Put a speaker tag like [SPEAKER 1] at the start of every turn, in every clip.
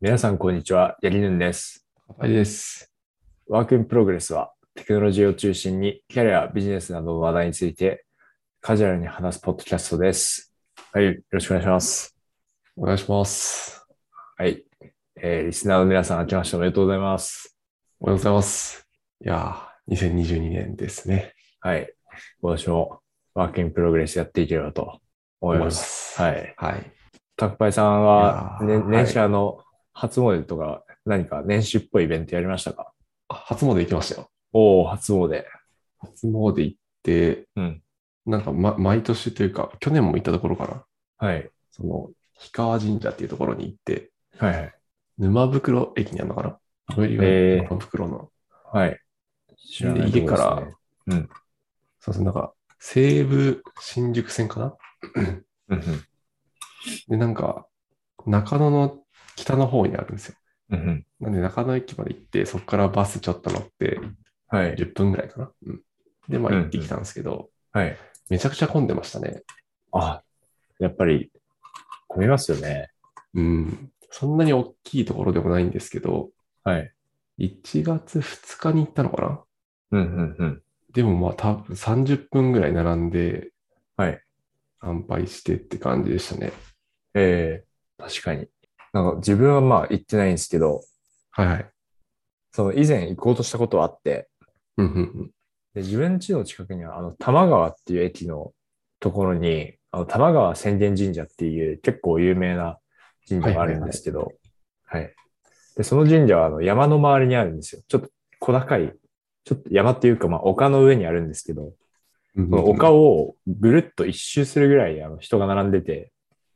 [SPEAKER 1] 皆さん、こんにちは。やりぬんです。
[SPEAKER 2] はいです。
[SPEAKER 1] ワークインプログレスは、テクノロジーを中心に、キャリア、ビジネスなどの話題について、カジュアルに話すポッドキャストです。はい、よろしくお願いします。
[SPEAKER 2] お願いします。
[SPEAKER 1] はい。えーリスナーの皆さん、明けましておめでとうございます。
[SPEAKER 2] おはようございます。いやー、2022年ですね。
[SPEAKER 1] はい。今年も、ワークインプログレスやっていければと思います。
[SPEAKER 2] すはい。
[SPEAKER 1] はい。タクパイさんは、
[SPEAKER 2] いや
[SPEAKER 1] ね、
[SPEAKER 2] ー
[SPEAKER 1] 年始、あの、初詣とか、何か年始っぽいイベントやりましたか
[SPEAKER 2] あ初詣行きましたよ。
[SPEAKER 1] おお初詣。
[SPEAKER 2] 初詣行って、
[SPEAKER 1] うん
[SPEAKER 2] なんか、ま、毎年というか、去年も行ったところから、
[SPEAKER 1] はい。
[SPEAKER 2] その、氷川神社っていうところに行って、
[SPEAKER 1] はいはい。
[SPEAKER 2] 沼袋駅にあるのかな最寄り
[SPEAKER 1] へー
[SPEAKER 2] が沼袋の、
[SPEAKER 1] はい。知らないとこですね
[SPEAKER 2] 家からそうそう、なんか、西武新宿線かな
[SPEAKER 1] うんうん
[SPEAKER 2] で、なんか、中野の北の方にあるんですよ。
[SPEAKER 1] うんうん
[SPEAKER 2] なんで、中野駅まで行って、そこからバスちょっと乗って、
[SPEAKER 1] はい。
[SPEAKER 2] 10分ぐらいかな。うん、で、まあ
[SPEAKER 1] うんうん
[SPEAKER 2] 行ってきたんですけど、
[SPEAKER 1] はい。
[SPEAKER 2] めちゃくちゃ混んでましたね。
[SPEAKER 1] あ、やっぱり、混みますよね。
[SPEAKER 2] うん。そんなに大きいところでもないんですけど、
[SPEAKER 1] はい。
[SPEAKER 2] 1月2日に行ったのか
[SPEAKER 1] う
[SPEAKER 2] な
[SPEAKER 1] んうんうん。
[SPEAKER 2] でもまあ多分30分ぐらい並んで、
[SPEAKER 1] はい。
[SPEAKER 2] 乾杯してって感じでしたね。
[SPEAKER 1] ええ確かに。なんか自分はまあ行ってないんですけど、
[SPEAKER 2] はいはい。
[SPEAKER 1] その以前行こうとしたことはあって、
[SPEAKER 2] うんうんうん。
[SPEAKER 1] で自分家の近くには、あの、玉川っていう駅のところに、あの、玉川浅間神社っていう結構有名な神社があるんですけど、はい。で、その神社はあの山の周りにあるんですよ。ちょっと小高い、ちょっと山っていうか、まあ丘の上にあるんですけど、
[SPEAKER 2] うん
[SPEAKER 1] その
[SPEAKER 2] うん
[SPEAKER 1] 丘をぐるっと一周するぐらいあの人が並んでて、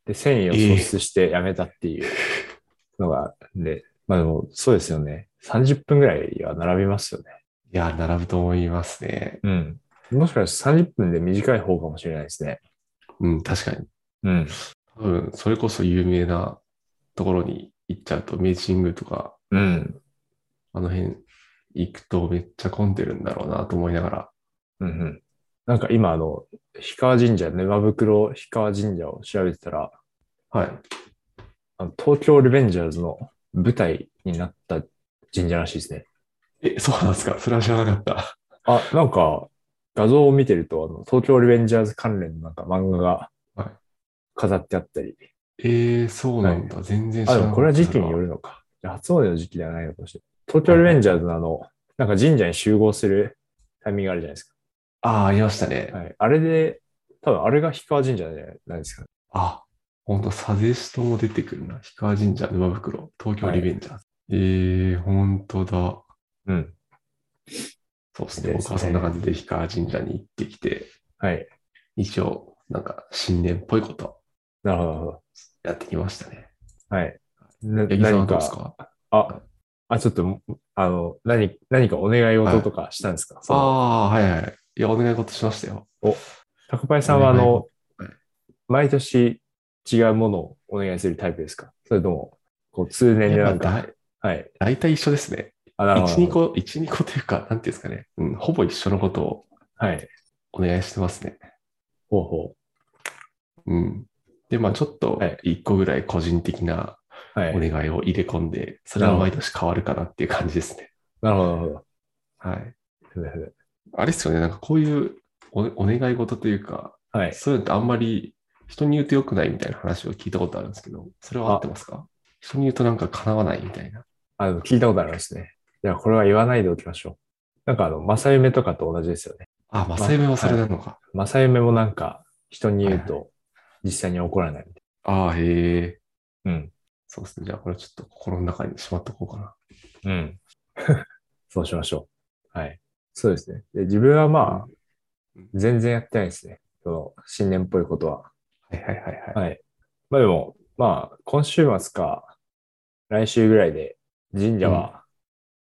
[SPEAKER 1] で、繊維を喪失してやめたっていうのが、で、まあでも、そうですよね。30分ぐらいは並びますよね。
[SPEAKER 2] いや、並ぶと思いますね。
[SPEAKER 1] うん。もしかしたら30分で短い方かもしれないですね。
[SPEAKER 2] うん、確かに。
[SPEAKER 1] うん。
[SPEAKER 2] 多分、それこそ有名なところに行っちゃうと、明治神宮とか、
[SPEAKER 1] うん。
[SPEAKER 2] あの辺行くとめっちゃ混んでるんだろうなと思いながら、
[SPEAKER 1] うんうん。なんか今、あの、氷川神社、沼袋氷川神社を調べてたら、
[SPEAKER 2] はい。
[SPEAKER 1] あの東京リベンジャーズの舞台になった神社らしいですね。
[SPEAKER 2] え、そうなんですかそれは知らなかった。
[SPEAKER 1] あ、なんか、画像を見てると、あの、東京リベンジャーズ関連のなんか漫画が
[SPEAKER 2] はい
[SPEAKER 1] 飾ってあったり。
[SPEAKER 2] えー、そうなんだ。全然知
[SPEAKER 1] あ、
[SPEAKER 2] ら
[SPEAKER 1] で
[SPEAKER 2] なか
[SPEAKER 1] も
[SPEAKER 2] った。
[SPEAKER 1] これは時期によるのか。じゃあ初詣の時期ではないのかもしれない。東京リベンジャーズのあの、なんか神社に集合するタイミングがあるじゃないです
[SPEAKER 2] ああ、ありましたね。
[SPEAKER 1] か。はい。あれで、多分あれが氷川神社じゃないですか。
[SPEAKER 2] あ、ほんと、サゼシとも出てくるな。氷川神社、沼袋、東京リベンジャーズ。えー、ほんとだ。
[SPEAKER 1] うん。
[SPEAKER 2] そうです
[SPEAKER 1] で
[SPEAKER 2] ね。
[SPEAKER 1] すね
[SPEAKER 2] 僕はそんな感じで氷川神社に行ってきて、
[SPEAKER 1] はい。
[SPEAKER 2] 一応、なんか、新年っぽいこと
[SPEAKER 1] なるほどなるほど。
[SPEAKER 2] やってきましたね。
[SPEAKER 1] はい。な
[SPEAKER 2] 八木さ
[SPEAKER 1] 何
[SPEAKER 2] んはどう
[SPEAKER 1] か、
[SPEAKER 2] ですか
[SPEAKER 1] あ、あ、ちょっと、あの、何、何かお願い事とかしたんですか、
[SPEAKER 2] あ
[SPEAKER 1] あ
[SPEAKER 2] あー、はいはい。いや、お願い事しましたよ。
[SPEAKER 1] タコパイさんは、あの
[SPEAKER 2] 願い事、
[SPEAKER 1] 毎年違うものをお願いするタイプですかそれとも、こう、通年で
[SPEAKER 2] や
[SPEAKER 1] な
[SPEAKER 2] っ
[SPEAKER 1] ん
[SPEAKER 2] ぱ
[SPEAKER 1] か、
[SPEAKER 2] だい
[SPEAKER 1] はい。
[SPEAKER 2] 大体一緒ですね。
[SPEAKER 1] あ、なるほど。
[SPEAKER 2] 一、二個、一、二個というか、なんていうんですかね。うん、ほぼ一緒のことを
[SPEAKER 1] はい。
[SPEAKER 2] お願いしてますね。
[SPEAKER 1] ほうほ
[SPEAKER 2] うん。で、まあちょっと
[SPEAKER 1] はい
[SPEAKER 2] 一個ぐらい個人的な
[SPEAKER 1] う。はい。
[SPEAKER 2] お願いを入れ込んで、それは毎年変わるかなっていう感じですね。
[SPEAKER 1] なるほど、なるほど。
[SPEAKER 2] はい。
[SPEAKER 1] ふむふむ
[SPEAKER 2] あれですよね、なんかこういうおお願い事というか、
[SPEAKER 1] はい。
[SPEAKER 2] そういうのってあんまり人に言うと良くないみたいな話を聞いたことあるんですけど、それは合ってますか人に言うとなんか叶わないみたいな。
[SPEAKER 1] あの、聞いたことあるんですね。じゃあ、これは言わないでおきましょう。なんか、あの、正夢とかと同じですよね。
[SPEAKER 2] あ、まさゆめはそれなのか。
[SPEAKER 1] 正夢もなんか、人に言うと、実際に怒らないみたい
[SPEAKER 2] ああ、へえ。
[SPEAKER 1] な。うん。
[SPEAKER 2] そうですね。じゃあこれちょっと心の中にしまっとこうかな。
[SPEAKER 1] うん。 そうしましょう。はい。そうですね。で自分はまあ、全然やってないですね。その、新年っぽいことは。
[SPEAKER 2] はいはいはいはい。
[SPEAKER 1] はい。まあでも、まあ、今週末か、来週ぐらいで神社は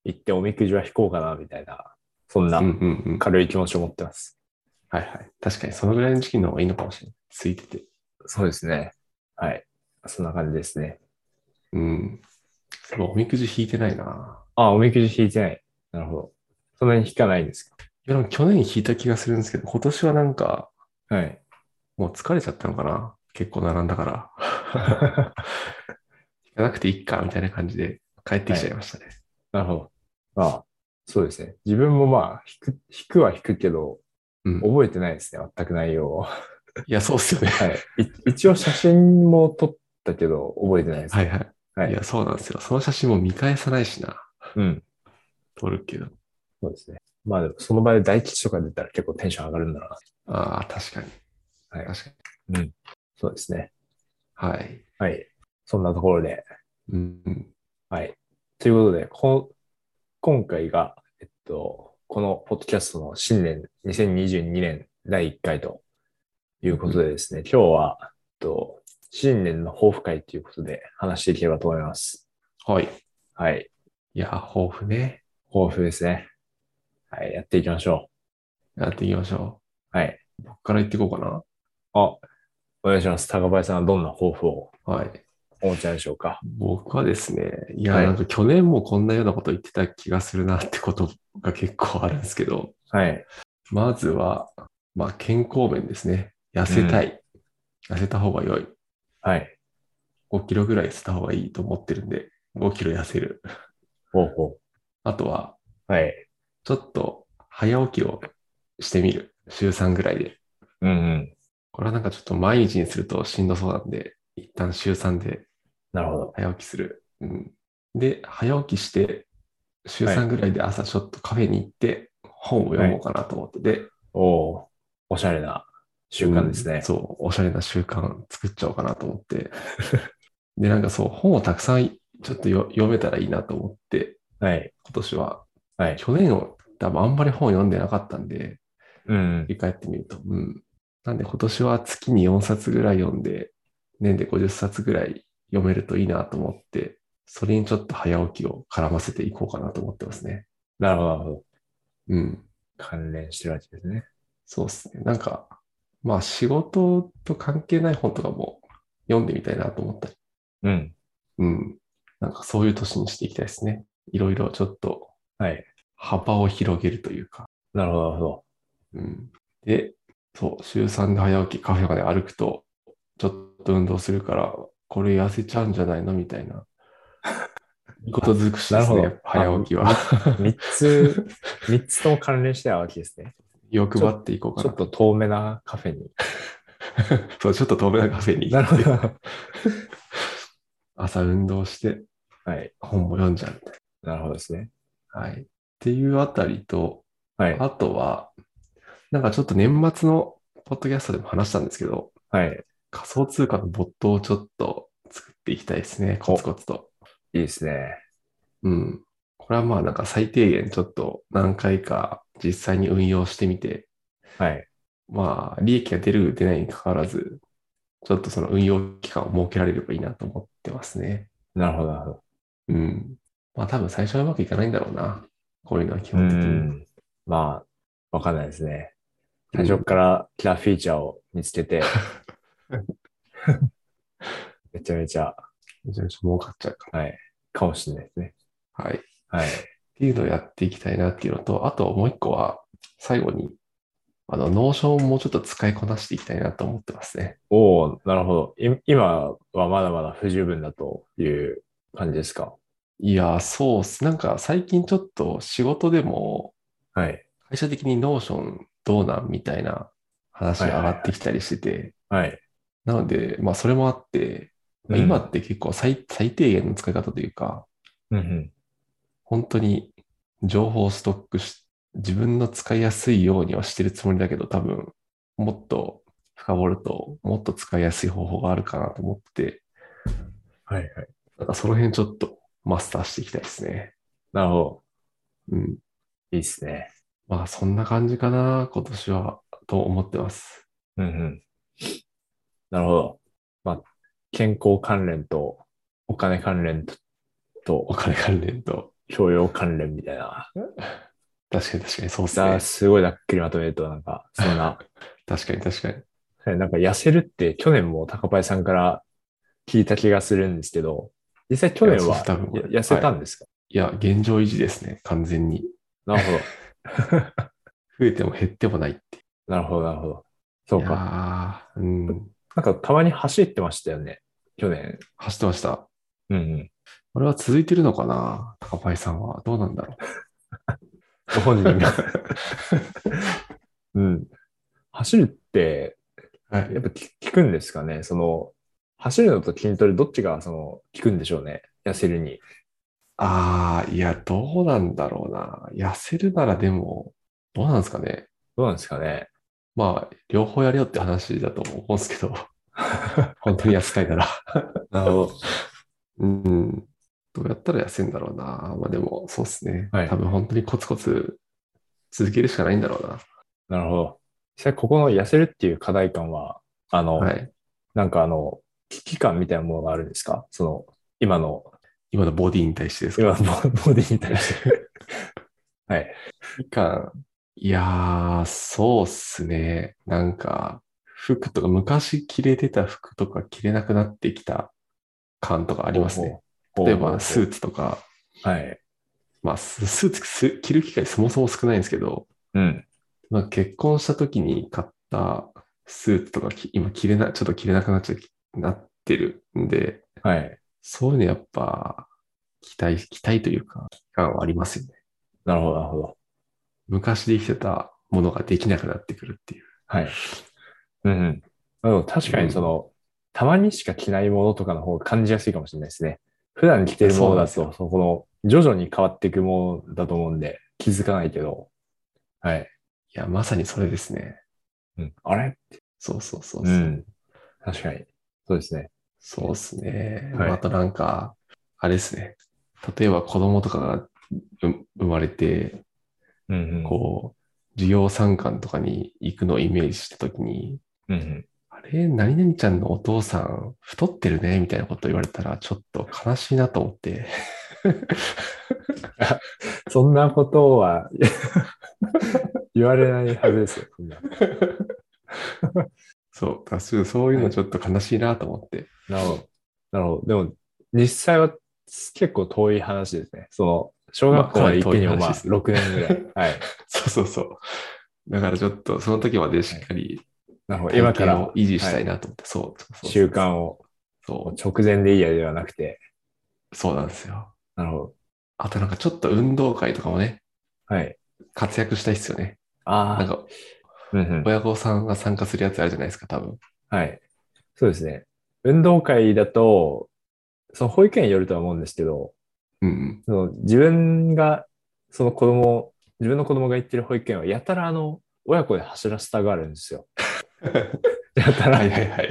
[SPEAKER 1] 行っておみくじは引こうかな、みたいな、そんな
[SPEAKER 2] うんうんうん。
[SPEAKER 1] 軽い気持ちを持ってます。
[SPEAKER 2] はいはい。確かにそのぐらいの時期の方がいいのかもしれない。空いてて。
[SPEAKER 1] そうですね。はい。そんな感じですね。
[SPEAKER 2] うん。でもおみくじ引いてないな。
[SPEAKER 1] あ、おみくじ引いてない。なるほど。そんなに引かないんです
[SPEAKER 2] いや、でも去年引いた気がするんですけど、今年はなんか、
[SPEAKER 1] かはい。
[SPEAKER 2] もう疲れちゃったのかな。結構並んだから。聞かなくていいか、みたいな感じで帰ってきちゃいましたね。
[SPEAKER 1] なるほど。まあ、そうですね。自分もまあ、引く、引くは引くけど、
[SPEAKER 2] うん。
[SPEAKER 1] 覚えてないですね。全く内容を。はい
[SPEAKER 2] や、そうっすよね。
[SPEAKER 1] い。い 一応写真も撮ったけど、覚えてないです。
[SPEAKER 2] はいはい。
[SPEAKER 1] はい
[SPEAKER 2] いや、そうなんですよ。その写真も見返さないしな。
[SPEAKER 1] うん。
[SPEAKER 2] 撮るけど。
[SPEAKER 1] そうですね。まあでも、その場で大吉とか出たら結構テンション上がるんだろう
[SPEAKER 2] ああ、確かに。
[SPEAKER 1] はい
[SPEAKER 2] 確かに。
[SPEAKER 1] な。そうですね。
[SPEAKER 2] はい。
[SPEAKER 1] はい。そんなところで。
[SPEAKER 2] うん。
[SPEAKER 1] はい。ということで、こ今回が、えっと、このポッドキャストの新年、2022年第1回ということでですね、今日は、えっと、新年の抱負会ということで話していければと思います。
[SPEAKER 2] はい。
[SPEAKER 1] はい。
[SPEAKER 2] いや、抱負ね。
[SPEAKER 1] 抱負ですね。はい。やっていきましょ
[SPEAKER 2] やっていきましょ
[SPEAKER 1] う。はい。
[SPEAKER 2] う。僕から言っていこうかな。
[SPEAKER 1] あ、お願いします。高林さんはどんな抱負を
[SPEAKER 2] はい。
[SPEAKER 1] お持ちなんでしょうか。
[SPEAKER 2] 僕はですね、いや、
[SPEAKER 1] はい
[SPEAKER 2] なんか去年もこんなようなこと言ってた気がするなってことが結構あるんですけど、
[SPEAKER 1] はい。
[SPEAKER 2] まずは、まあ、健康面ですね。痩せたい。痩せた方が良い。
[SPEAKER 1] はい。
[SPEAKER 2] 5キロぐらい痩せた方がいいと思ってるんで、5キロ痩せる。
[SPEAKER 1] ほうほ
[SPEAKER 2] あとは、
[SPEAKER 1] う。はい。
[SPEAKER 2] ちょっと早起きをしてみる。週3ぐらいで。
[SPEAKER 1] うんうん。
[SPEAKER 2] これはなんかちょっと毎日にするとしんどそうなんで、一旦週3で
[SPEAKER 1] なるほど。
[SPEAKER 2] 早起きする。うん、で、早起きして、週
[SPEAKER 1] はい
[SPEAKER 2] 3ぐらいで朝ちょっとカフェに行って、本を読もうかなと思って、で、
[SPEAKER 1] おーおしゃれな習慣ですね。
[SPEAKER 2] うんそう、おしゃれな習慣作っちゃおうかなと思って。 で、なんかそう、本をたくさんちょっとよ読めたらいいなと思って、
[SPEAKER 1] はい。
[SPEAKER 2] 今年は、
[SPEAKER 1] はい。
[SPEAKER 2] 去年を多分あんまり本読んでなかったんで、
[SPEAKER 1] うん
[SPEAKER 2] 振。り返ってみると。うん。なんで今年は月に4冊ぐらい読んで、年で50冊ぐらい読めるといいなと思って、それにちょっと早起きを絡ませていこうかなと思ってますね。
[SPEAKER 1] なるほど、なるほど。
[SPEAKER 2] うん。
[SPEAKER 1] 関連してるわけですね。
[SPEAKER 2] そうですね。なんか、まあ仕事と関係ない本とかも読んでみたいなと思ったり。
[SPEAKER 1] うん。
[SPEAKER 2] うん。なんかそういう年にしていきたいですね。いろいろちょっと
[SPEAKER 1] はい。
[SPEAKER 2] 幅を広げるというか。
[SPEAKER 1] なるほど、なるほど。
[SPEAKER 2] うん。で、そう、週3で早起きカフェまで歩くと、ちょっと運動するから、これ痩せちゃうんじゃないのみたいな。いいこと尽くし
[SPEAKER 1] な
[SPEAKER 2] ですね
[SPEAKER 1] る、ほど
[SPEAKER 2] 早起きは。
[SPEAKER 1] 三つ、 三つとも関連してるわけですね。
[SPEAKER 2] 欲張っていこうか
[SPEAKER 1] ちょ
[SPEAKER 2] な
[SPEAKER 1] っ。と遠めなカフェに。
[SPEAKER 2] そう、ちょっと遠めなカフェに行
[SPEAKER 1] な
[SPEAKER 2] っ
[SPEAKER 1] るほ
[SPEAKER 2] て、
[SPEAKER 1] ど。
[SPEAKER 2] 朝運動して、
[SPEAKER 1] はい。
[SPEAKER 2] 本も読んじゃうみたい
[SPEAKER 1] なるほどですね。
[SPEAKER 2] な。はい。っていうあたりと、
[SPEAKER 1] はい。
[SPEAKER 2] あとは、なんかちょっと年末のポッドキャストでも話したんですけど、
[SPEAKER 1] はい。
[SPEAKER 2] 仮想通貨のボットをちょっと作っていきたいですね、コツコツと。
[SPEAKER 1] いいですね。
[SPEAKER 2] うん。これはまあなんか最低限ちょっと何回か実際に運用してみて、
[SPEAKER 1] はい。
[SPEAKER 2] まあ利益が出る出ないに関わらず、ちょっとその運用期間を設けられればいいなと思ってますね。
[SPEAKER 1] なるほど、なるほど。
[SPEAKER 2] うん。まあ多分最初はうまくいかないんだろうな。こういうのは基
[SPEAKER 1] う
[SPEAKER 2] 本的に。
[SPEAKER 1] ん。まあ、わかんないですね。最初からキラーフィーチャーを見つけ て、めちゃめちゃ、
[SPEAKER 2] めちゃめちゃ儲かっちゃうか
[SPEAKER 1] はい。かもしれないですね。
[SPEAKER 2] ら。はい。っ
[SPEAKER 1] はい。
[SPEAKER 2] ていうのをやっていきたいなっていうのと、あともう一個は最後に、あの、ノーションをもうちょっと使いこなしていきたいなと思ってますね。
[SPEAKER 1] おお、なるほど。い今はまだまだ不十分だという感じですか。
[SPEAKER 2] いや、そうっす。なんか最近ちょっと仕事でも、
[SPEAKER 1] はい。
[SPEAKER 2] 会社的にノーションどうなんみたいな話が上がってきたりしてて、
[SPEAKER 1] はい。
[SPEAKER 2] なので、まあそれもあって、まあ
[SPEAKER 1] うん
[SPEAKER 2] 今って結構最最低限の使い方というか、
[SPEAKER 1] うんうん。
[SPEAKER 2] 本当に情報をストックし、自分の使いやすいようにはしてるつもりだけど、多分もっと深掘ると、もっと使いやすい方法があるかなと思って、
[SPEAKER 1] はいはい。
[SPEAKER 2] なんかその辺ちょっとマスターしていきたいですね。
[SPEAKER 1] なるほど。
[SPEAKER 2] うん。
[SPEAKER 1] いいっすね。
[SPEAKER 2] まあそんな感じかな、今年は、と思ってます。
[SPEAKER 1] うんうん。なるほど。まあ、健康関連とお金関連と、と
[SPEAKER 2] お金関連と。
[SPEAKER 1] 教養関連みたいな。
[SPEAKER 2] 確かに確かにそうっす
[SPEAKER 1] だ
[SPEAKER 2] ね。
[SPEAKER 1] すごいざっくりまとめると、なんか、そん な、
[SPEAKER 2] 確かに確かに。
[SPEAKER 1] はいなんか痩せるって去年も高林さんから聞いた気がするんですけど、実際去年
[SPEAKER 2] いや
[SPEAKER 1] は
[SPEAKER 2] そう多分
[SPEAKER 1] や痩せた
[SPEAKER 2] はい
[SPEAKER 1] んですか、
[SPEAKER 2] いや、現状維持ですね、完全に。
[SPEAKER 1] なるほど。
[SPEAKER 2] 増えても減ってもないってい
[SPEAKER 1] なるほど、なるほど。そう
[SPEAKER 2] い
[SPEAKER 1] か。
[SPEAKER 2] やーうん。
[SPEAKER 1] なんかたまに走ってましたよね。去年。
[SPEAKER 2] 走ってました。
[SPEAKER 1] うんうん。
[SPEAKER 2] これは続いてるのかな高パイさんは。どうなんだろ
[SPEAKER 1] ご本人が。うん。走るって、
[SPEAKER 2] う。 はい
[SPEAKER 1] やっぱき効くんですかねその、走るのと筋トレどっちがその効くんでしょうね痩せるに。
[SPEAKER 2] ああ、いや、どうなんだろうな。痩せるならでも、どうなんですかね。
[SPEAKER 1] どうなんですかね
[SPEAKER 2] まあ、両方やれよって話だと思うんですけ ど、本当に痩せたいなら。
[SPEAKER 1] なるほど。
[SPEAKER 2] うん。どうやったら痩せんだろうな。まあでも、そうですね。
[SPEAKER 1] はい
[SPEAKER 2] 多分本当にコツコツ続けるしかないんだろうな。
[SPEAKER 1] なるほど。実際ここの痩せるっていう課題感は、あの、
[SPEAKER 2] はい。
[SPEAKER 1] なんかあの、危機感みたいなものがあるんですかその、今の、
[SPEAKER 2] 今のボディに対してですか
[SPEAKER 1] 今のボボディに対して。はい。
[SPEAKER 2] 期間、いやー、そうっすね。なんか、服とか、昔着れてた服とか着れなくなってきた感 とかありますね。
[SPEAKER 1] ほうほう。
[SPEAKER 2] 例えば、ス
[SPEAKER 1] ツ。
[SPEAKER 2] ーツとか、
[SPEAKER 1] はい。
[SPEAKER 2] まあ、ススーツす着る機会そもそも少ないんですけど、
[SPEAKER 1] うん。
[SPEAKER 2] まあ、結婚した時に買ったスーツとかき今着れな、ちょっと着れなくなっちゃう、なってるんで、
[SPEAKER 1] はい。
[SPEAKER 2] そういうのやっぱ、期待、期待というか、期間はありますよね。
[SPEAKER 1] なるほど、なるほど。
[SPEAKER 2] 昔できてたものができなくなってくるっていう。
[SPEAKER 1] はい。うん、うん。でも確かにその、たまにしか着ないものとかの方が感じやすいかもしれないですね。普段着てるものだ
[SPEAKER 2] そうなん
[SPEAKER 1] と、そこの、徐々に変わっていくものだと思うんで、気づかないけど、はい。
[SPEAKER 2] いや、まさにそれですね。
[SPEAKER 1] うん、あれ
[SPEAKER 2] そうそうそう
[SPEAKER 1] う
[SPEAKER 2] そう。
[SPEAKER 1] ん。確かに。そうですね。
[SPEAKER 2] そうですね。
[SPEAKER 1] はい
[SPEAKER 2] あとなんか、あれですね。例えば子供とかがう生まれて、
[SPEAKER 1] うん、うん。
[SPEAKER 2] こう、授業参観とかに行くのをイメージしたときに、
[SPEAKER 1] うんうん、
[SPEAKER 2] あれ、何々ちゃんのお父さん、太ってるねみたいなこと言われたら、ちょっと悲しいなと思って。
[SPEAKER 1] そんなことは 言われないはずですよ。そんな
[SPEAKER 2] そう、だからそうそういうのちょっと悲しいなと思って。
[SPEAKER 1] なるほど。なるほど。でも、実際は結構遠い話ですね。その、小学校まで行ってにも
[SPEAKER 2] ま
[SPEAKER 1] ま
[SPEAKER 2] あ
[SPEAKER 1] あ、
[SPEAKER 2] かなり
[SPEAKER 1] 6年ぐらい。はい。
[SPEAKER 2] そうそうそう。だからちょっと、その時までしっかり
[SPEAKER 1] な るほど。今か
[SPEAKER 2] 体型
[SPEAKER 1] ら
[SPEAKER 2] を維持したいなと思って。そうそうそうそう。
[SPEAKER 1] 習慣を
[SPEAKER 2] そう、
[SPEAKER 1] 直前でいいやではなくて。
[SPEAKER 2] そうなんですよ。
[SPEAKER 1] なるほど。
[SPEAKER 2] あとなんかちょっと運動会とかもね、
[SPEAKER 1] はい。
[SPEAKER 2] 活躍したいっすよね。
[SPEAKER 1] あ
[SPEAKER 2] なんか
[SPEAKER 1] うんうん。
[SPEAKER 2] 親御さんが参加するやつあるじゃないですか、多分。
[SPEAKER 1] はい。そうですね。運動会だと、その保育園によるとは思うんですけど、
[SPEAKER 2] うん。
[SPEAKER 1] その自分が、その子供、自分の子供が行ってる保育園は、やたらあの、親子で走らせたがあるんですよ。 やたら、
[SPEAKER 2] はいはいはい。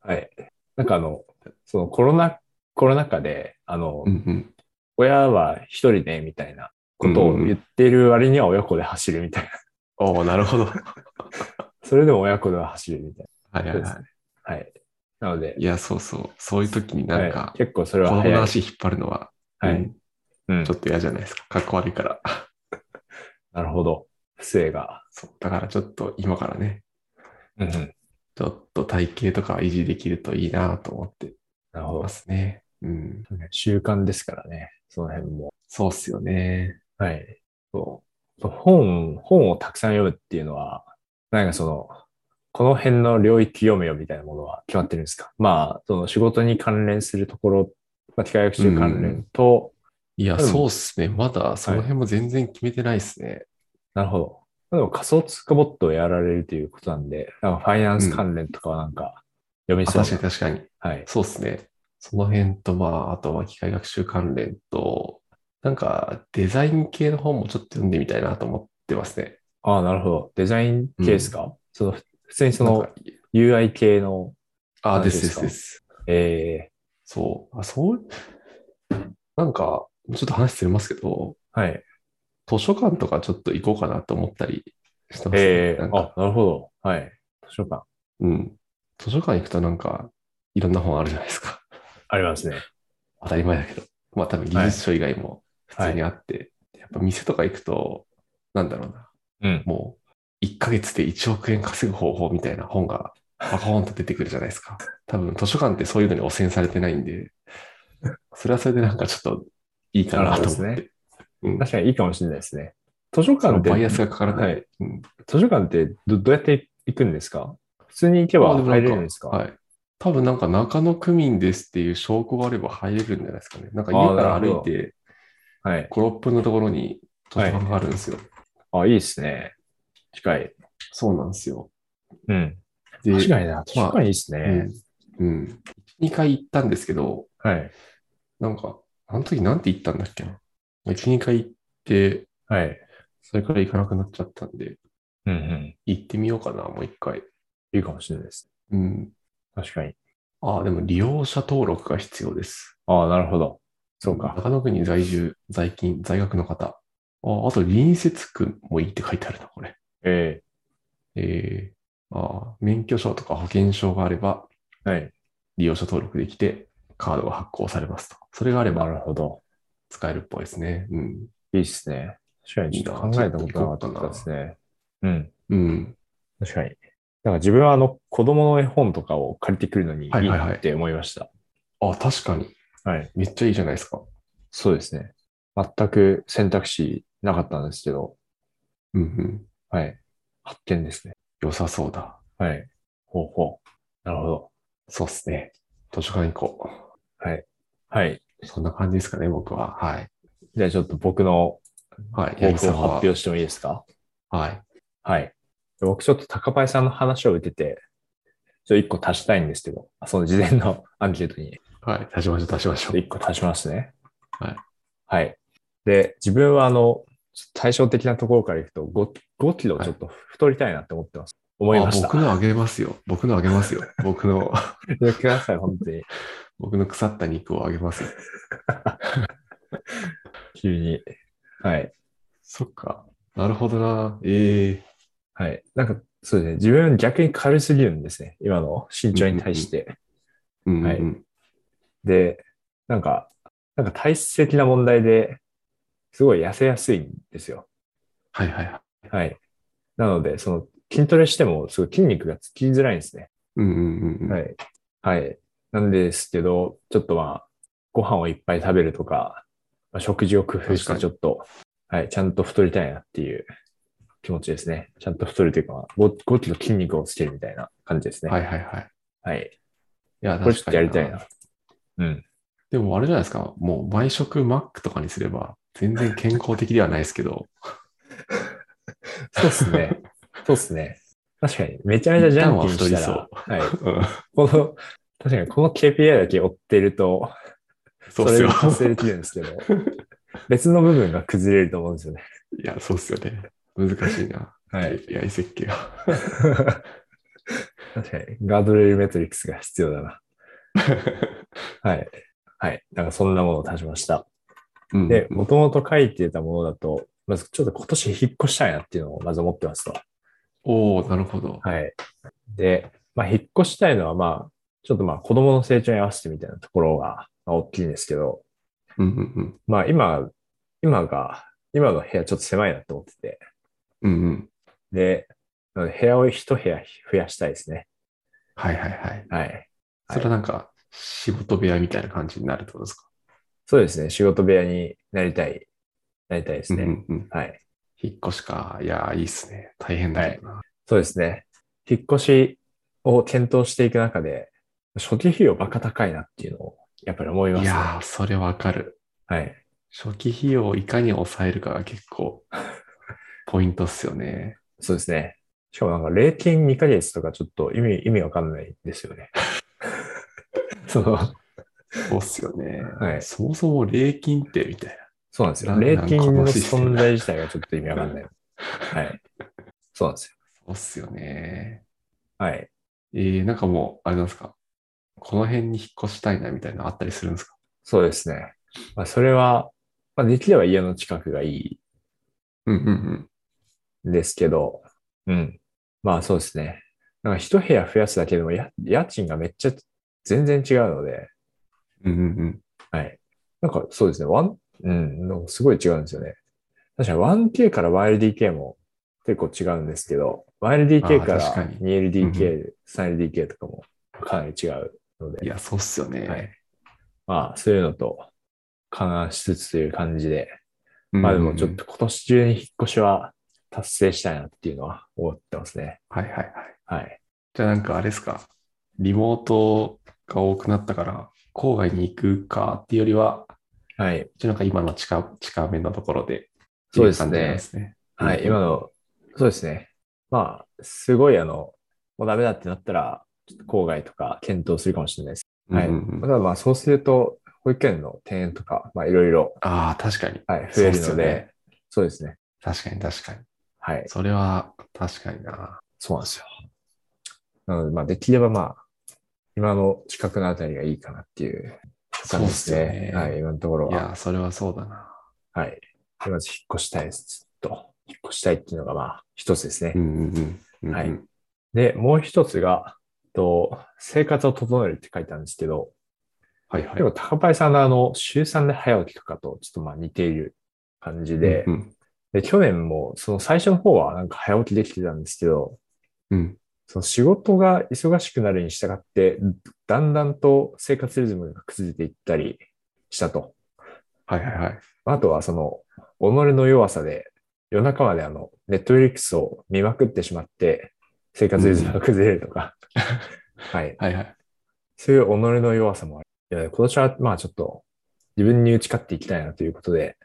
[SPEAKER 1] はい。なんかあの、そのコロナ、コロナ禍で、あの、
[SPEAKER 2] うんうん。
[SPEAKER 1] 親は一人でみたいなことを言ってる割には親子で走るみたいな。
[SPEAKER 2] おおなるほど。は
[SPEAKER 1] それでも親子では走るみたい
[SPEAKER 2] いはいはい。
[SPEAKER 1] な。はい。なので、
[SPEAKER 2] いや、そうそう。そういう時になん
[SPEAKER 1] は
[SPEAKER 2] か
[SPEAKER 1] い、結構それ
[SPEAKER 2] 子
[SPEAKER 1] は
[SPEAKER 2] 供
[SPEAKER 1] 早い。
[SPEAKER 2] の足引っ張るのは、
[SPEAKER 1] は
[SPEAKER 2] う
[SPEAKER 1] い。
[SPEAKER 2] ん
[SPEAKER 1] うん
[SPEAKER 2] ちょ。っと嫌じゃないですか。かっこ悪いから。
[SPEAKER 1] なるほど。不正が。
[SPEAKER 2] そう。だからちょっと今からね、
[SPEAKER 1] うんうん。
[SPEAKER 2] ちょっと体型とか維持できるといいなと思って
[SPEAKER 1] なるほ
[SPEAKER 2] ま
[SPEAKER 1] ど。
[SPEAKER 2] すね。うん。
[SPEAKER 1] 習慣ですからね。その辺も。
[SPEAKER 2] そうっすよね。
[SPEAKER 1] はい。そう。本、本をたくさん読むっていうのは、なんかその、この辺の領域読めよみたいなものは決まってるんですかまあ、その仕事に関連するところ、まあ、機械学習関連と、
[SPEAKER 2] いや、
[SPEAKER 1] でも
[SPEAKER 2] そうっすね。まだその辺も全然決めてないっすね。
[SPEAKER 1] なるほど。まあでも仮想通貨ボットをやられるということなんで、なんかファイナンス関連とかはなんか読み
[SPEAKER 2] あ
[SPEAKER 1] そう
[SPEAKER 2] 確か
[SPEAKER 1] な
[SPEAKER 2] に確かに。
[SPEAKER 1] はい。
[SPEAKER 2] そうですね。その辺と、まあ、あとは機械学習関連と、なんかデザイン系の本もちょっと読んでみたいなと思ってますね。
[SPEAKER 1] ああ、なるほど。デザイン系ですか、その、ふ普通にそ
[SPEAKER 2] な
[SPEAKER 1] の
[SPEAKER 2] んか
[SPEAKER 1] UI 系の、
[SPEAKER 2] あ、
[SPEAKER 1] なんで
[SPEAKER 2] で
[SPEAKER 1] すす
[SPEAKER 2] です
[SPEAKER 1] か
[SPEAKER 2] です。
[SPEAKER 1] ええ
[SPEAKER 2] そう。あ、そう、なんか、ちょっと話してますけど、
[SPEAKER 1] はい。
[SPEAKER 2] 図書館とかちょっと行こうかなと思ったりしてますね。
[SPEAKER 1] ええ
[SPEAKER 2] なんか
[SPEAKER 1] あ、なるほど。はい。図書館。
[SPEAKER 2] うん。図書館行くとなんか、いろんな本あるじゃないですか。
[SPEAKER 1] ありますね。
[SPEAKER 2] 当たり前だけど。まあ多分技術書以外も普通にあって、やっぱ店とか行くと、なんだろうな。
[SPEAKER 1] うん。
[SPEAKER 2] もう1ヶ月で1億円稼ぐ方法みたいな本がバコーンと出てくるじゃないで すか。多分図書館ってそういうのに汚染されてないんで、それはそれでなんかちょっといいかなと思って。
[SPEAKER 1] なるほどで
[SPEAKER 2] うん、
[SPEAKER 1] 確かにいいかもしれないですね。図書
[SPEAKER 2] そ
[SPEAKER 1] 館
[SPEAKER 2] の
[SPEAKER 1] って、
[SPEAKER 2] バイア
[SPEAKER 1] 図
[SPEAKER 2] スがかからない。
[SPEAKER 1] はい
[SPEAKER 2] うん
[SPEAKER 1] 書館ってどどうやって行くんですか普通に行けば入れるんですか
[SPEAKER 2] はい。多分なんか中野区民ですっていう証拠があれば入れるんじゃないですかね。なんか家から
[SPEAKER 1] あーなるほ
[SPEAKER 2] 歩
[SPEAKER 1] ど
[SPEAKER 2] いて
[SPEAKER 1] はい。
[SPEAKER 2] 5、6分のところに図書館があるんですよ。
[SPEAKER 1] あ、いいですね。近い。
[SPEAKER 2] そうなんですよ。
[SPEAKER 1] うん。
[SPEAKER 2] で、
[SPEAKER 1] 確かにな。確かにいいですね。
[SPEAKER 2] うん。うん。1、2回行ったんですけど、
[SPEAKER 1] はい。
[SPEAKER 2] なんか、あの時なんて言ったんだっけな。1、2回行って、
[SPEAKER 1] はい。
[SPEAKER 2] それから行かなくなっちゃったんで、
[SPEAKER 1] うんうん。
[SPEAKER 2] 行ってみようかな、もう一回。
[SPEAKER 1] いいかもしれないです。
[SPEAKER 2] うん。
[SPEAKER 1] 確かに。
[SPEAKER 2] ああ、でも利用者登録が必要です。
[SPEAKER 1] ああ、なるほど。そうか。
[SPEAKER 2] 中野区に在住、在勤、在学の方。ああと、隣接区もいいって書いてあるな、これ。
[SPEAKER 1] え
[SPEAKER 2] えー、ああ、免許証とか保険証があれば、
[SPEAKER 1] えはい。
[SPEAKER 2] 利用者登録できて、カードが発行されますと。それがあれ
[SPEAKER 1] なる
[SPEAKER 2] ば
[SPEAKER 1] ほど。
[SPEAKER 2] 使えるっぽいですね。うん。
[SPEAKER 1] いいっすね。確かにちょっと考えたことなかったですね。うん。
[SPEAKER 2] うん。
[SPEAKER 1] 確かに。なんか自分はあの子供の絵本とかを借りてくるのにい
[SPEAKER 2] はいはい
[SPEAKER 1] い
[SPEAKER 2] はい
[SPEAKER 1] って思いました。
[SPEAKER 2] ああ、確かに。
[SPEAKER 1] はい。
[SPEAKER 2] めっちゃいいじゃないですか。
[SPEAKER 1] そうですね。全く選択肢なかったんですけど、
[SPEAKER 2] うんうん。
[SPEAKER 1] はい。発見ですね。
[SPEAKER 2] 良さそうだ。
[SPEAKER 1] はい。ほうほう。なるほど。
[SPEAKER 2] そうっすね。図書館行こ
[SPEAKER 1] はい。
[SPEAKER 2] う。そんな感じですかね、僕は。はい。
[SPEAKER 1] じゃあちょっと僕の
[SPEAKER 2] はい。
[SPEAKER 1] 抱負
[SPEAKER 2] 八木さ
[SPEAKER 1] を
[SPEAKER 2] ん
[SPEAKER 1] 発
[SPEAKER 2] は
[SPEAKER 1] 表してもいいですか
[SPEAKER 2] はい。
[SPEAKER 1] はい。僕ちょっと高林さんの話を受けて、ちょっと1個足したいんですけど、その事前のアンケートに
[SPEAKER 2] はい。出しましょう、出しましょう。
[SPEAKER 1] 1個足しますね。
[SPEAKER 2] はい。
[SPEAKER 1] はい。で、自分はあの、ちょっと対照的なところからいくと5、5キロちょっと太りたいなって思ってます。思いました。
[SPEAKER 2] あ僕のあげますよ。僕のあげますよ。 僕の、
[SPEAKER 1] やってください、本当に。
[SPEAKER 2] 僕の腐った肉をあげますよ。
[SPEAKER 1] 急に。はい。
[SPEAKER 2] そっか。なるほどな。ええ
[SPEAKER 1] はい。なんか、そうですね。自分逆に軽すぎるんですね。今の身長に対して。
[SPEAKER 2] うんうん、
[SPEAKER 1] はいで、なんか、なんか体質的な問題ですごい痩せやすいんですよ。
[SPEAKER 2] はいはいはい。
[SPEAKER 1] はい。なので、その筋トレしてもすごい筋肉がつきづらいんですね。
[SPEAKER 2] うんうんうん。、
[SPEAKER 1] はいい。はい。なんですけど、ちょっとまあ、ご飯をいっぱい食べるとか、まあ、食事を工夫し
[SPEAKER 2] 確か
[SPEAKER 1] て
[SPEAKER 2] に
[SPEAKER 1] ちょっと、はい、ちゃんと太りたいなっていう気持ちですね。ちゃんと太るというか、まあ 5, 5キロ筋肉をつけるみたいな感じですね。。
[SPEAKER 2] はいいはいはい。
[SPEAKER 1] はい。
[SPEAKER 2] いや、
[SPEAKER 1] これちょっ
[SPEAKER 2] 確か
[SPEAKER 1] と
[SPEAKER 2] に
[SPEAKER 1] やりたいな。。うん。
[SPEAKER 2] でもあれじゃないですか。もう毎食マックとかにすれば、全然健康的ではないですけど、
[SPEAKER 1] そうっすね。そうっすね。確かに、めちゃめちゃジャンキーにした
[SPEAKER 2] 一旦
[SPEAKER 1] ら
[SPEAKER 2] は、
[SPEAKER 1] はい。
[SPEAKER 2] うん
[SPEAKER 1] この、確かにこの KPI だけ追ってると、
[SPEAKER 2] そうっ
[SPEAKER 1] れ
[SPEAKER 2] す
[SPEAKER 1] で
[SPEAKER 2] よ。
[SPEAKER 1] 達成できるんですけど、別の部分が崩れると思うんですよね。
[SPEAKER 2] いや、そうっすよね。難しいな。
[SPEAKER 1] はい。
[SPEAKER 2] AI 設計が。
[SPEAKER 1] 確かに、ガードレールメトリックスが必要だな。はい。はい。なんかそんなものを足しました。
[SPEAKER 2] うん
[SPEAKER 1] で、もともと書いてたものだと、まずちょっと今年引っ越したいなっていうのをまず思ってますと。
[SPEAKER 2] おおなるほど。
[SPEAKER 1] はい。で、まあ引っ越したいのはまあ、ちょっとまあ子供の成長に合わせてみたいなところがまあ大きいんですけど、
[SPEAKER 2] うんうんうん。
[SPEAKER 1] まあ今、今が、今の部屋ちょっと狭いなと思ってて、
[SPEAKER 2] うんうん。
[SPEAKER 1] で、なので部屋を一部屋増やしたいですね。
[SPEAKER 2] はいはいはい。
[SPEAKER 1] はい。
[SPEAKER 2] それはなんか、仕事部屋みたいな感じになるってことですか
[SPEAKER 1] そうですね。仕事部屋になりたい、なりたいですね。
[SPEAKER 2] うんうんうん
[SPEAKER 1] はい。
[SPEAKER 2] 引っ越しか。いやー、いいっすね。大変だけどな。
[SPEAKER 1] そうですね。引っ越しを検討していく中で、初期費用バカ高いなっていうのを、やっぱり思い
[SPEAKER 2] い
[SPEAKER 1] ます、ね。
[SPEAKER 2] やー、それわかる。
[SPEAKER 1] はい。
[SPEAKER 2] 初期費用をいかに抑えるかが結構、 ポイントっすよね。
[SPEAKER 1] そうですね。しかもなんか、0金2ヶ月とかちょっと意味、意味わかんないんですよね。 その、
[SPEAKER 2] そうっすよね。
[SPEAKER 1] はい
[SPEAKER 2] そもそも礼金って、みたい
[SPEAKER 1] そうなんですよ。
[SPEAKER 2] なん
[SPEAKER 1] 0金の
[SPEAKER 2] なんか悲しいですね
[SPEAKER 1] 存在自体がちょっと意味わかんない。はい。そうなんですよ。
[SPEAKER 2] な。そうっすよね。
[SPEAKER 1] はい。
[SPEAKER 2] えー、なんかもう、あれなんですか。この辺に引っ越したいな、みたいなのあったりするんですか
[SPEAKER 1] そうですね。まあ、それは、まあ、できれば家の近くがいい
[SPEAKER 2] うんうんうん。
[SPEAKER 1] ですけど、うん。まあそうですね。なんか一部屋増やすだけでもや、家賃がめっちゃ全然違うので、
[SPEAKER 2] うんうんうん。
[SPEAKER 1] はい。なんかそうですね。ワン、うん、なんかすごい違うんですよね。確かに 1K から 1LDK も結構違うんですけど、1LDK か
[SPEAKER 2] あー確からに
[SPEAKER 1] 2LDK、3LDK とかもかなり違うの
[SPEAKER 2] い
[SPEAKER 1] で、
[SPEAKER 2] や、そうっすよね。
[SPEAKER 1] はいまあそういうのと勘案しつつという感じで、
[SPEAKER 2] うんうんうん
[SPEAKER 1] まあでもちょっ。と今年中に引っ越しは達成したいなっていうのは思ってますね。
[SPEAKER 2] はいはいはい。
[SPEAKER 1] はい。
[SPEAKER 2] じゃあなんかあれですか。リモートが多くなったから、郊外に行くかっていうよりは、
[SPEAKER 1] はい。
[SPEAKER 2] 一応なんか今の近近めのところで、
[SPEAKER 1] そうですね
[SPEAKER 2] ってい感じなんですね。
[SPEAKER 1] はい、今の、そうですね。まあ、すごい、あの、もうダメだってなったら、ちょっと郊外とか検討するかもしれないです。はい。
[SPEAKER 2] うんうんうん
[SPEAKER 1] ただまあ、そうすると、保育園の転園とか、まあ、いろいろ、
[SPEAKER 2] ああ、確かに。
[SPEAKER 1] はい、増えるの
[SPEAKER 2] そうですよ
[SPEAKER 1] で、
[SPEAKER 2] ね
[SPEAKER 1] そうですね。
[SPEAKER 2] 確かに確かに。
[SPEAKER 1] はい。
[SPEAKER 2] それは確かにな。
[SPEAKER 1] そうなんですよ。なので、まあ、できればまあ、今の近くのあたりがいいかなっていう感じですね。
[SPEAKER 2] そうっすよね
[SPEAKER 1] はい、今のところ
[SPEAKER 2] い
[SPEAKER 1] は。
[SPEAKER 2] や、それはそうだな。
[SPEAKER 1] はい。でまず引っ越したいです。ずっと。引っ越したいっていうのがまあ、一つですね。
[SPEAKER 2] うんうんうんうんうん。
[SPEAKER 1] はいで、もう一つが、と生活を整えるって書いてあるんですけど、
[SPEAKER 2] はいはい。
[SPEAKER 1] でも高林さんのあの、週3で早起きとかとちょっとまあ似ている感じで、
[SPEAKER 2] うんうん
[SPEAKER 1] で、去年もその最初の方はなんか早起きできてたんですけど、
[SPEAKER 2] うん。
[SPEAKER 1] その仕事が忙しくなるに従って、だんだんと生活リズムが崩れていったりしたと。
[SPEAKER 2] はいはいはい。
[SPEAKER 1] あとはその、己の弱さで夜中まであの、ネットフリックスを見まくってしまって、生活リズムが崩れると か、はい。
[SPEAKER 2] はいはい。
[SPEAKER 1] そういう己の弱さもある。いや今年は、まあちょっと、自分に打ち勝っていきたいなということで、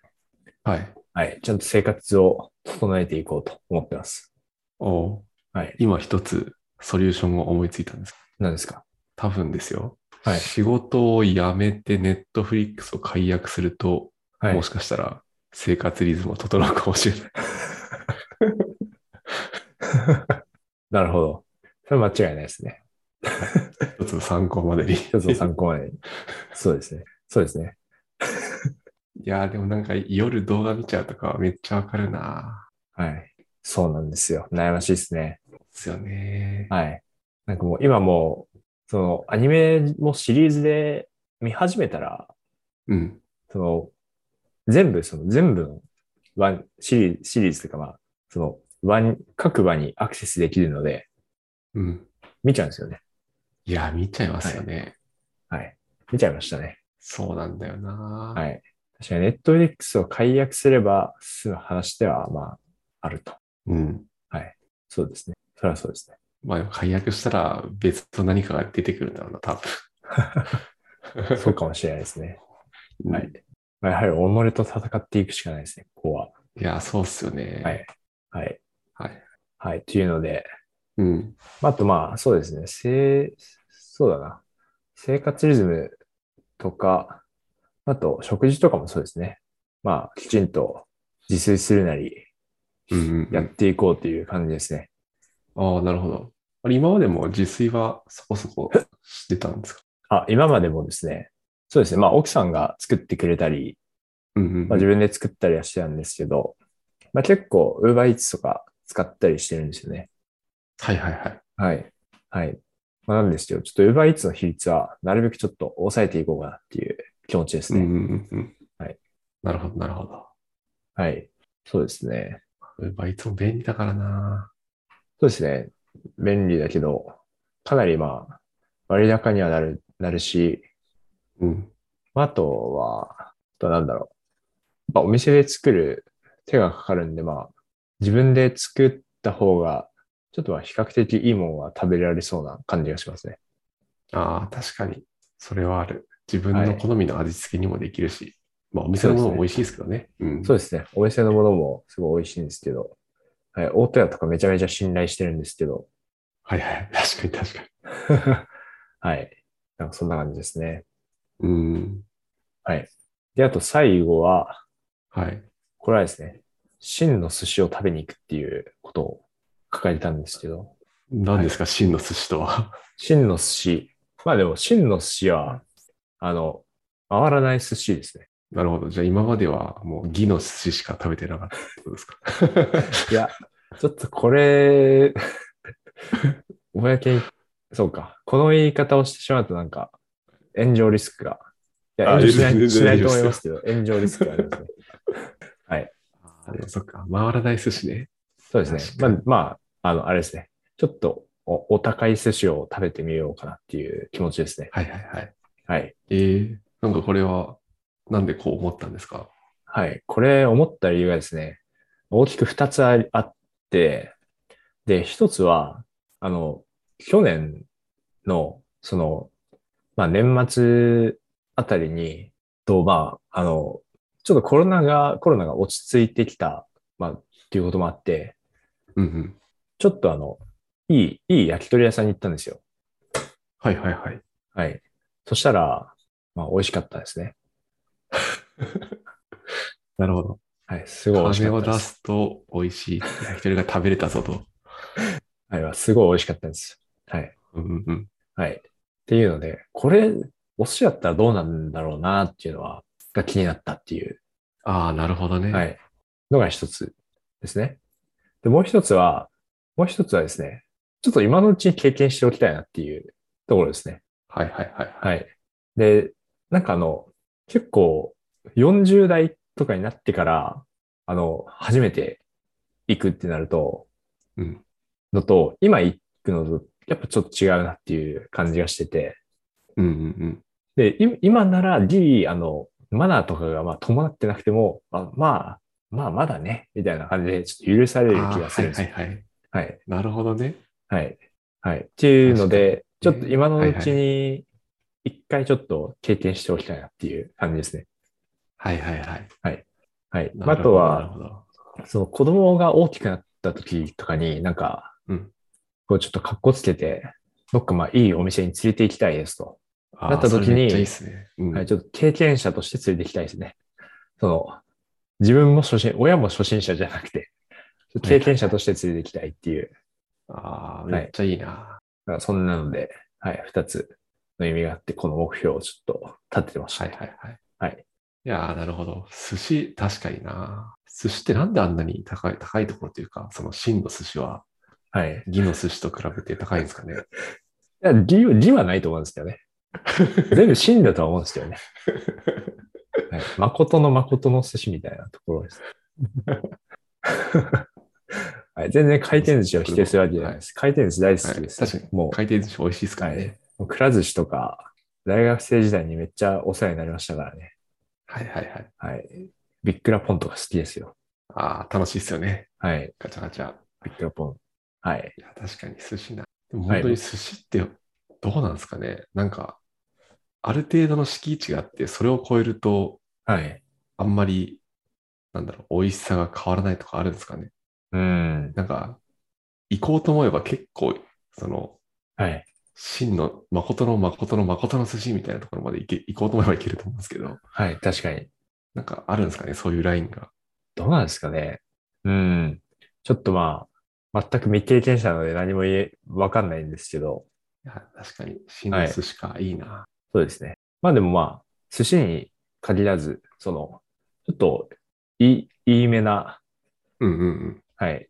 [SPEAKER 2] はい。
[SPEAKER 1] はい、ちゃんと生活を整えていこうと思ってます。
[SPEAKER 2] おう
[SPEAKER 1] はい。
[SPEAKER 2] 今一つソリューションを思いついたんです。
[SPEAKER 1] 何ですか
[SPEAKER 2] 多分ですよ。
[SPEAKER 1] はい
[SPEAKER 2] 仕事を辞めてネットフリックスを解約すると、
[SPEAKER 1] はい。
[SPEAKER 2] もしかしたら生活リズムを整うかもしれ ない。
[SPEAKER 1] なるほど。それは間違いないですね。
[SPEAKER 2] 一つの参考までに。い
[SPEAKER 1] 一つの参考 までに。そうですね。そうですね。
[SPEAKER 2] や、でもなんか夜動画見ちゃうとかはめっちゃわかるな。
[SPEAKER 1] はい。そうなんですよ。悩ましいですね。
[SPEAKER 2] ですよね。
[SPEAKER 1] はい。なんかもう今もう、そのアニメもシリーズで見始めたら、
[SPEAKER 2] うん。
[SPEAKER 1] その、全部、その全部のワンシリーシリーズというかまあ、その、ワン、各話にアクセスできるので、
[SPEAKER 2] うん。
[SPEAKER 1] 見ちゃうんですよね。
[SPEAKER 2] いや、見ちゃいますよね。
[SPEAKER 1] はい。見ちゃいましたね。
[SPEAKER 2] そうなんだよな。
[SPEAKER 1] はい。確かに、ネットフリックスを解約すれば、すぐ話では、まあ、あると。
[SPEAKER 2] うん。
[SPEAKER 1] そうですね。それはそうですね。
[SPEAKER 2] まあ、でも解約したら別の何かが出てくるんだろうな、多 分。
[SPEAKER 1] そうかもしれないですね。
[SPEAKER 2] うん
[SPEAKER 1] はい。まあ、やはり、己と戦っていくしかないですね、ここは。
[SPEAKER 2] いや、そうっすよね。
[SPEAKER 1] はいはい。
[SPEAKER 2] はい。
[SPEAKER 1] はい。というので、
[SPEAKER 2] うん。
[SPEAKER 1] まああとまあ、そうですね。せい、そうだな。生活リズムとか、あと、食事とかもそうですね。まあ、きちんと自炊するなり、
[SPEAKER 2] うんうんう
[SPEAKER 1] やっ
[SPEAKER 2] ん、
[SPEAKER 1] ていこうという感じですね。
[SPEAKER 2] ああ、なるほど。あれ、今までも自炊はそこそこしてたんです か
[SPEAKER 1] あ、今までもですね、そうですね、まあ奥さんが作ってくれたり、
[SPEAKER 2] うんうん
[SPEAKER 1] まあ、自分で作ったりはしてたんですけど、まあ、結構 UberEats とか使ったりしてるんですよね。
[SPEAKER 2] はいはいはい。
[SPEAKER 1] はい。はい。まあ、なんですけど、ちょっと UberEats の比率はなるべくちょっと抑えていこうかなっていう気持ちです
[SPEAKER 2] うん
[SPEAKER 1] ね。
[SPEAKER 2] うんうんうん。
[SPEAKER 1] はい。
[SPEAKER 2] なるほど、なるほど。
[SPEAKER 1] はい。そうですね。
[SPEAKER 2] ウーバーイーツも便利だからな。
[SPEAKER 1] そうですね。便利だけど、かなりまあ、割高にはなる、なるし、
[SPEAKER 2] うん。
[SPEAKER 1] まああとは、あとはなんだろう。まあ、お店で作る手がかかるんで、まあ、自分で作った方が、ちょっとまあ比較的いいもんは食べられそうな感じがしますね。
[SPEAKER 2] ああ、確かに。それはある。自分の好みの味付けにもできるし、まあ、お店のものも美味しいですけどね。うん。
[SPEAKER 1] そうですね。お店のものもすごい美味しいんですけど、はい、大戸屋とかめちゃめちゃ信頼してるんですけど、
[SPEAKER 2] はいはい。 確かに確かに。
[SPEAKER 1] はい。なんかそんな感じですね。
[SPEAKER 2] うん。
[SPEAKER 1] はい。で、あと最後は、
[SPEAKER 2] はい。
[SPEAKER 1] これはですね、真の寿司を食べに行くっていうことを抱えてたんですけど、
[SPEAKER 2] 何ですか、真の寿司とは。
[SPEAKER 1] 真の寿司。まあでも、真の寿司は、あの、回らない寿司ですね。
[SPEAKER 2] なるほど。じゃあ今まではもう義の寿司しか食べてなか ったってことで すか
[SPEAKER 1] いや、ちょっとこれ、 公に、そうか、この言い方をしてしまうとなんか、炎上リスクが。いや、
[SPEAKER 2] あ
[SPEAKER 1] 炎上しな
[SPEAKER 2] 全然
[SPEAKER 1] いしないと思
[SPEAKER 2] 大
[SPEAKER 1] い
[SPEAKER 2] 丈夫
[SPEAKER 1] ま
[SPEAKER 2] です
[SPEAKER 1] けど、炎上リスクがありますね。
[SPEAKER 2] あでもそっか。回らない寿司ね。
[SPEAKER 1] そうですね。まあ、まあ、あの、あれですね。ちょっとお、お高い寿司を食べてみようかなっていう気持ちですね。
[SPEAKER 2] はいはいはい。
[SPEAKER 1] はい。
[SPEAKER 2] ええなんかこれは、なんでこう思ったんですか
[SPEAKER 1] はい。これ思った理由がですね、大きく二つありあって、で、一つは、あの、去年の、その、まあ年末あたりに、と、まあ、あの、ちょっとコロナが、コロナが落ち着いてきた、まあ、っていうこともあって、
[SPEAKER 2] うんうん。
[SPEAKER 1] ちょっとあの、いい、いい焼き鳥屋さんに行ったんですよ。
[SPEAKER 2] はいはいはい。
[SPEAKER 1] はい。そしたら、まあ、美味しかったですね。
[SPEAKER 2] なるほど。
[SPEAKER 1] はい。すごい美味し
[SPEAKER 2] 金
[SPEAKER 1] か
[SPEAKER 2] を
[SPEAKER 1] った
[SPEAKER 2] 出
[SPEAKER 1] です。
[SPEAKER 2] すと美味しい焼き鳥が食べれたぞと。
[SPEAKER 1] はい。すごい美味しかったです。はい。
[SPEAKER 2] うんうんうん。
[SPEAKER 1] はい。っていうので、これ、お寿司やったらどうなんだろうなっていうのは、が気になったっていう、
[SPEAKER 2] ああ、なるほどね。
[SPEAKER 1] は。い。のが一つですね。で、もう一つは、もう一つはですね、ちょっと今のうちに経験しておきたいなっていうところですね。
[SPEAKER 2] はいはいはい。
[SPEAKER 1] はい。で、なんかあの、結構40代とかになってから、あの、初めて行くってなると、
[SPEAKER 2] うん。
[SPEAKER 1] のと、今行くのと、やっぱちょっと違うなっていう感じがしてて、
[SPEAKER 2] うんうん
[SPEAKER 1] で、い今ならギリ、あの、マナーとかがまあ伴ってなくても、まあ、まあ、まあ、まだね、みたいな感じで、ちょっと許され
[SPEAKER 2] うん。
[SPEAKER 1] る
[SPEAKER 2] あ
[SPEAKER 1] 気
[SPEAKER 2] ー
[SPEAKER 1] がす
[SPEAKER 2] は
[SPEAKER 1] る
[SPEAKER 2] い
[SPEAKER 1] んです
[SPEAKER 2] は
[SPEAKER 1] よ。
[SPEAKER 2] いはい。
[SPEAKER 1] はい。
[SPEAKER 2] なるほどね。
[SPEAKER 1] はい。はい。っていうので、ちょ
[SPEAKER 2] 確
[SPEAKER 1] っ
[SPEAKER 2] かに
[SPEAKER 1] と今の
[SPEAKER 2] はいうはい
[SPEAKER 1] ちに、一回ちょっと経験しておきたいなっていう感じですね。
[SPEAKER 2] はいはいはい。
[SPEAKER 1] はい。
[SPEAKER 2] な
[SPEAKER 1] あ
[SPEAKER 2] るほ
[SPEAKER 1] と
[SPEAKER 2] どなる
[SPEAKER 1] は、
[SPEAKER 2] ほど。
[SPEAKER 1] その子供が大きくなった時とかに、なんか、
[SPEAKER 2] うん
[SPEAKER 1] こうちょっと格好つけて、どっかまあいいお店に連れて行きたいですと。
[SPEAKER 2] あー
[SPEAKER 1] なった時に
[SPEAKER 2] それめっちゃいいですね。うん
[SPEAKER 1] はい、ちょっと経験者として連れて行きたいですね。その、自分も初心、親も初心者じゃなくて、経験者として連れて行きたいっていう、
[SPEAKER 2] ああ、
[SPEAKER 1] はい
[SPEAKER 2] めっちゃいいな。
[SPEAKER 1] なんかそんなので、はい、二つの意味があって、この目標をちょっと立ててました。
[SPEAKER 2] はいはいはい。
[SPEAKER 1] はい。
[SPEAKER 2] いやーなるほど。寿司、確かにな。寿司ってなんであんなに高い、高いところというか、その真の寿司は、
[SPEAKER 1] はい。い
[SPEAKER 2] 義の寿司と比べて高いんですかね。
[SPEAKER 1] や、理由、理はないと思うんですけどね。全部真だとは思うんですけ どね。はい、誠の誠の寿司みたいなところ です。はい、全然回転寿司を否定するわけじゃないです。回転寿司大好きです、
[SPEAKER 2] はい確かに
[SPEAKER 1] も
[SPEAKER 2] 回転寿司美味しいです
[SPEAKER 1] う、
[SPEAKER 2] か
[SPEAKER 1] は
[SPEAKER 2] らね。
[SPEAKER 1] い、もうくら寿司とか、大学生時代にめっちゃお世話になりましたからね。
[SPEAKER 2] はいはいはい。
[SPEAKER 1] はい。ビックラポンとか好きですよ。
[SPEAKER 2] ああ、楽しいですよね。
[SPEAKER 1] はい。
[SPEAKER 2] ガチャガチャ。
[SPEAKER 1] ビックラポン。はい。
[SPEAKER 2] いや、確かに寿司な。でも
[SPEAKER 1] はい
[SPEAKER 2] 本当に寿司ってどうなんですかね。なんか、ある程度の敷地があって、それを超えると、
[SPEAKER 1] はい。
[SPEAKER 2] あんまり、なんだろう、美味しさが変わらないとかあるんですかね。
[SPEAKER 1] うん。
[SPEAKER 2] なんか、行こうと思えば結構、その、
[SPEAKER 1] はい。
[SPEAKER 2] 真の、誠の誠の誠の寿司みたいなところまで行け行こうと思えば行けると思うんですけど、
[SPEAKER 1] はい。確かに。
[SPEAKER 2] なんかあるんですかね、そういうラインが。
[SPEAKER 1] どうなんですかね。うん。ちょっとまあ、全く未経験者なので何も言え、わかんないんですけど、
[SPEAKER 2] いや確かに、真の寿司か、い、いな。
[SPEAKER 1] そうですね。まあでもまあ、寿司に限らず、その、ちょっと、いい、いいめな、
[SPEAKER 2] うんうんうん。
[SPEAKER 1] はい、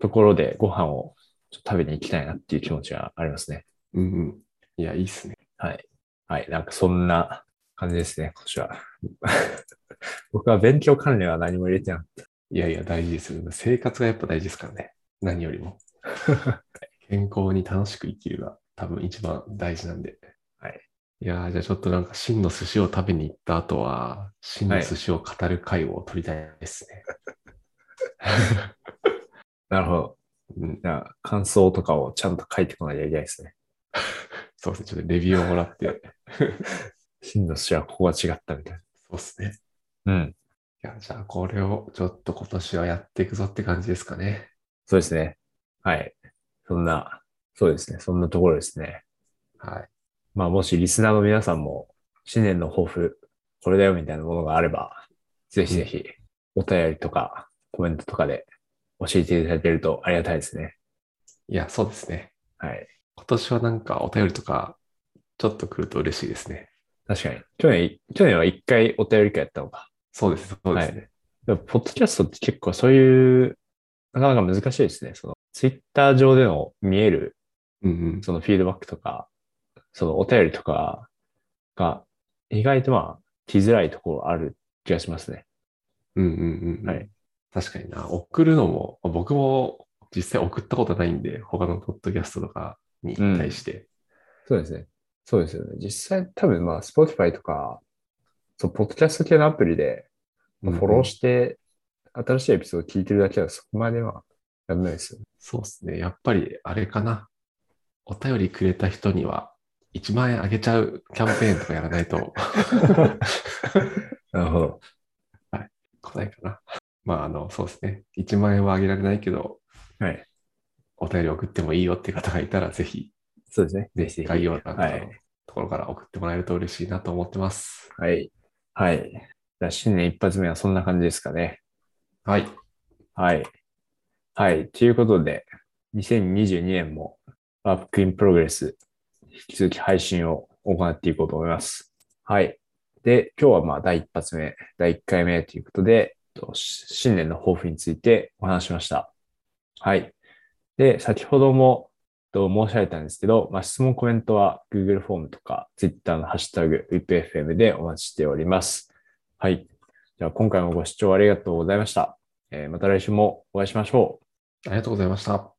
[SPEAKER 1] ところでご飯をちょっと食べに行きたいなっていう気持ちがありますね。
[SPEAKER 2] うんうん。いや、いいっすね。
[SPEAKER 1] はい。なんかそんな感じですね、今年は。 僕は勉強関連は何も入れてなかっ
[SPEAKER 2] いやいや、大事ですよ。生活がやっぱ大事ですからね。何より も。健康に楽しく生きるが多分一番大事なんで。
[SPEAKER 1] はい。
[SPEAKER 2] いやーじゃあちょっとなんか真の寿司を食べに行った後は、真の寿司を語る会を取りたいですね。
[SPEAKER 1] た。なるほど。
[SPEAKER 2] うん、
[SPEAKER 1] じゃあ、感想とかをちゃんと書いてこないといけないですね。
[SPEAKER 2] そうですね。ちょっとレビューをもらって。
[SPEAKER 1] 真の寿司はここが違ったみたい
[SPEAKER 2] そうですね。
[SPEAKER 1] な。うん。
[SPEAKER 2] いや、じゃあこれをちょっと今年はやっていくぞって感じですかね。
[SPEAKER 1] そうですね。はい。そんな、そうですね。そんなところですね。
[SPEAKER 2] はい。
[SPEAKER 1] まあ、もしリスナーの皆さんも、新年の抱負、これだよみたいなものがあれば、ぜひぜひ、お便りとか、コメントとかで教えていただけるとありがたいですね。
[SPEAKER 2] いや、そうですね。
[SPEAKER 1] はい。
[SPEAKER 2] 今年はなんかお便りとか、ちょっと来ると嬉しいですね。
[SPEAKER 1] 確かに。去年、去年は一回お便り会やったのか。
[SPEAKER 2] そうです、そうですね。
[SPEAKER 1] でもポッドキャストって結構そういう、なかなか難しいですね。その、ツイッター上での見える
[SPEAKER 2] うんうん。
[SPEAKER 1] そのフィードバックとか、そのお便りとかが、意外とまあ、来づらいところある気がしますね。
[SPEAKER 2] うんうんうん。
[SPEAKER 1] はい。
[SPEAKER 2] 確かにな。送るのも、僕も実際送ったことないんで、他のポッドキャストとかに対して。
[SPEAKER 1] そうですね。そうですよね。実際多分まあ、Spotify とか、そう、ポッドキャスト系のアプリで、まあフォロー
[SPEAKER 2] て。
[SPEAKER 1] して、新しいエピソードを聞いてるだけはそこまではやんないですよね。
[SPEAKER 2] そうですね。やっぱり、あれかな。お便りくれた人には、 1万円あげちゃうキャンペーンとかやらないと
[SPEAKER 1] なるほど。
[SPEAKER 2] 来ないかな。まあ、あの、そうですね。1万円はあげられないけど、
[SPEAKER 1] はい。
[SPEAKER 2] お便り送ってもいいよっていう方がいたら、ぜひ、
[SPEAKER 1] そうですね。ぜひぜひ。
[SPEAKER 2] 概要欄とか
[SPEAKER 1] は
[SPEAKER 2] の
[SPEAKER 1] い
[SPEAKER 2] ところから送ってもらえると嬉しいなと思ってます。
[SPEAKER 1] はい。はい。じゃあ、新年一発目はそんな感じですかね。
[SPEAKER 2] はい。
[SPEAKER 1] はい。はい。ということで、2022年もバックインプログレス、引き続き配信を行っていこうと思います。はい。で、今日はまあ第一発目、第一回目ということで、とし新年の抱負についてお話ししました。はい。で、先ほどもと申し上げたんですけど、まあ、質問、コメントは Google フォームとか Twitter のハッシュタグ WIPFM でお待ちしております。はい。じゃあ今回もご視聴ありがとうございました。えーまた来週もお会いしましょう。
[SPEAKER 2] ありがとうございました。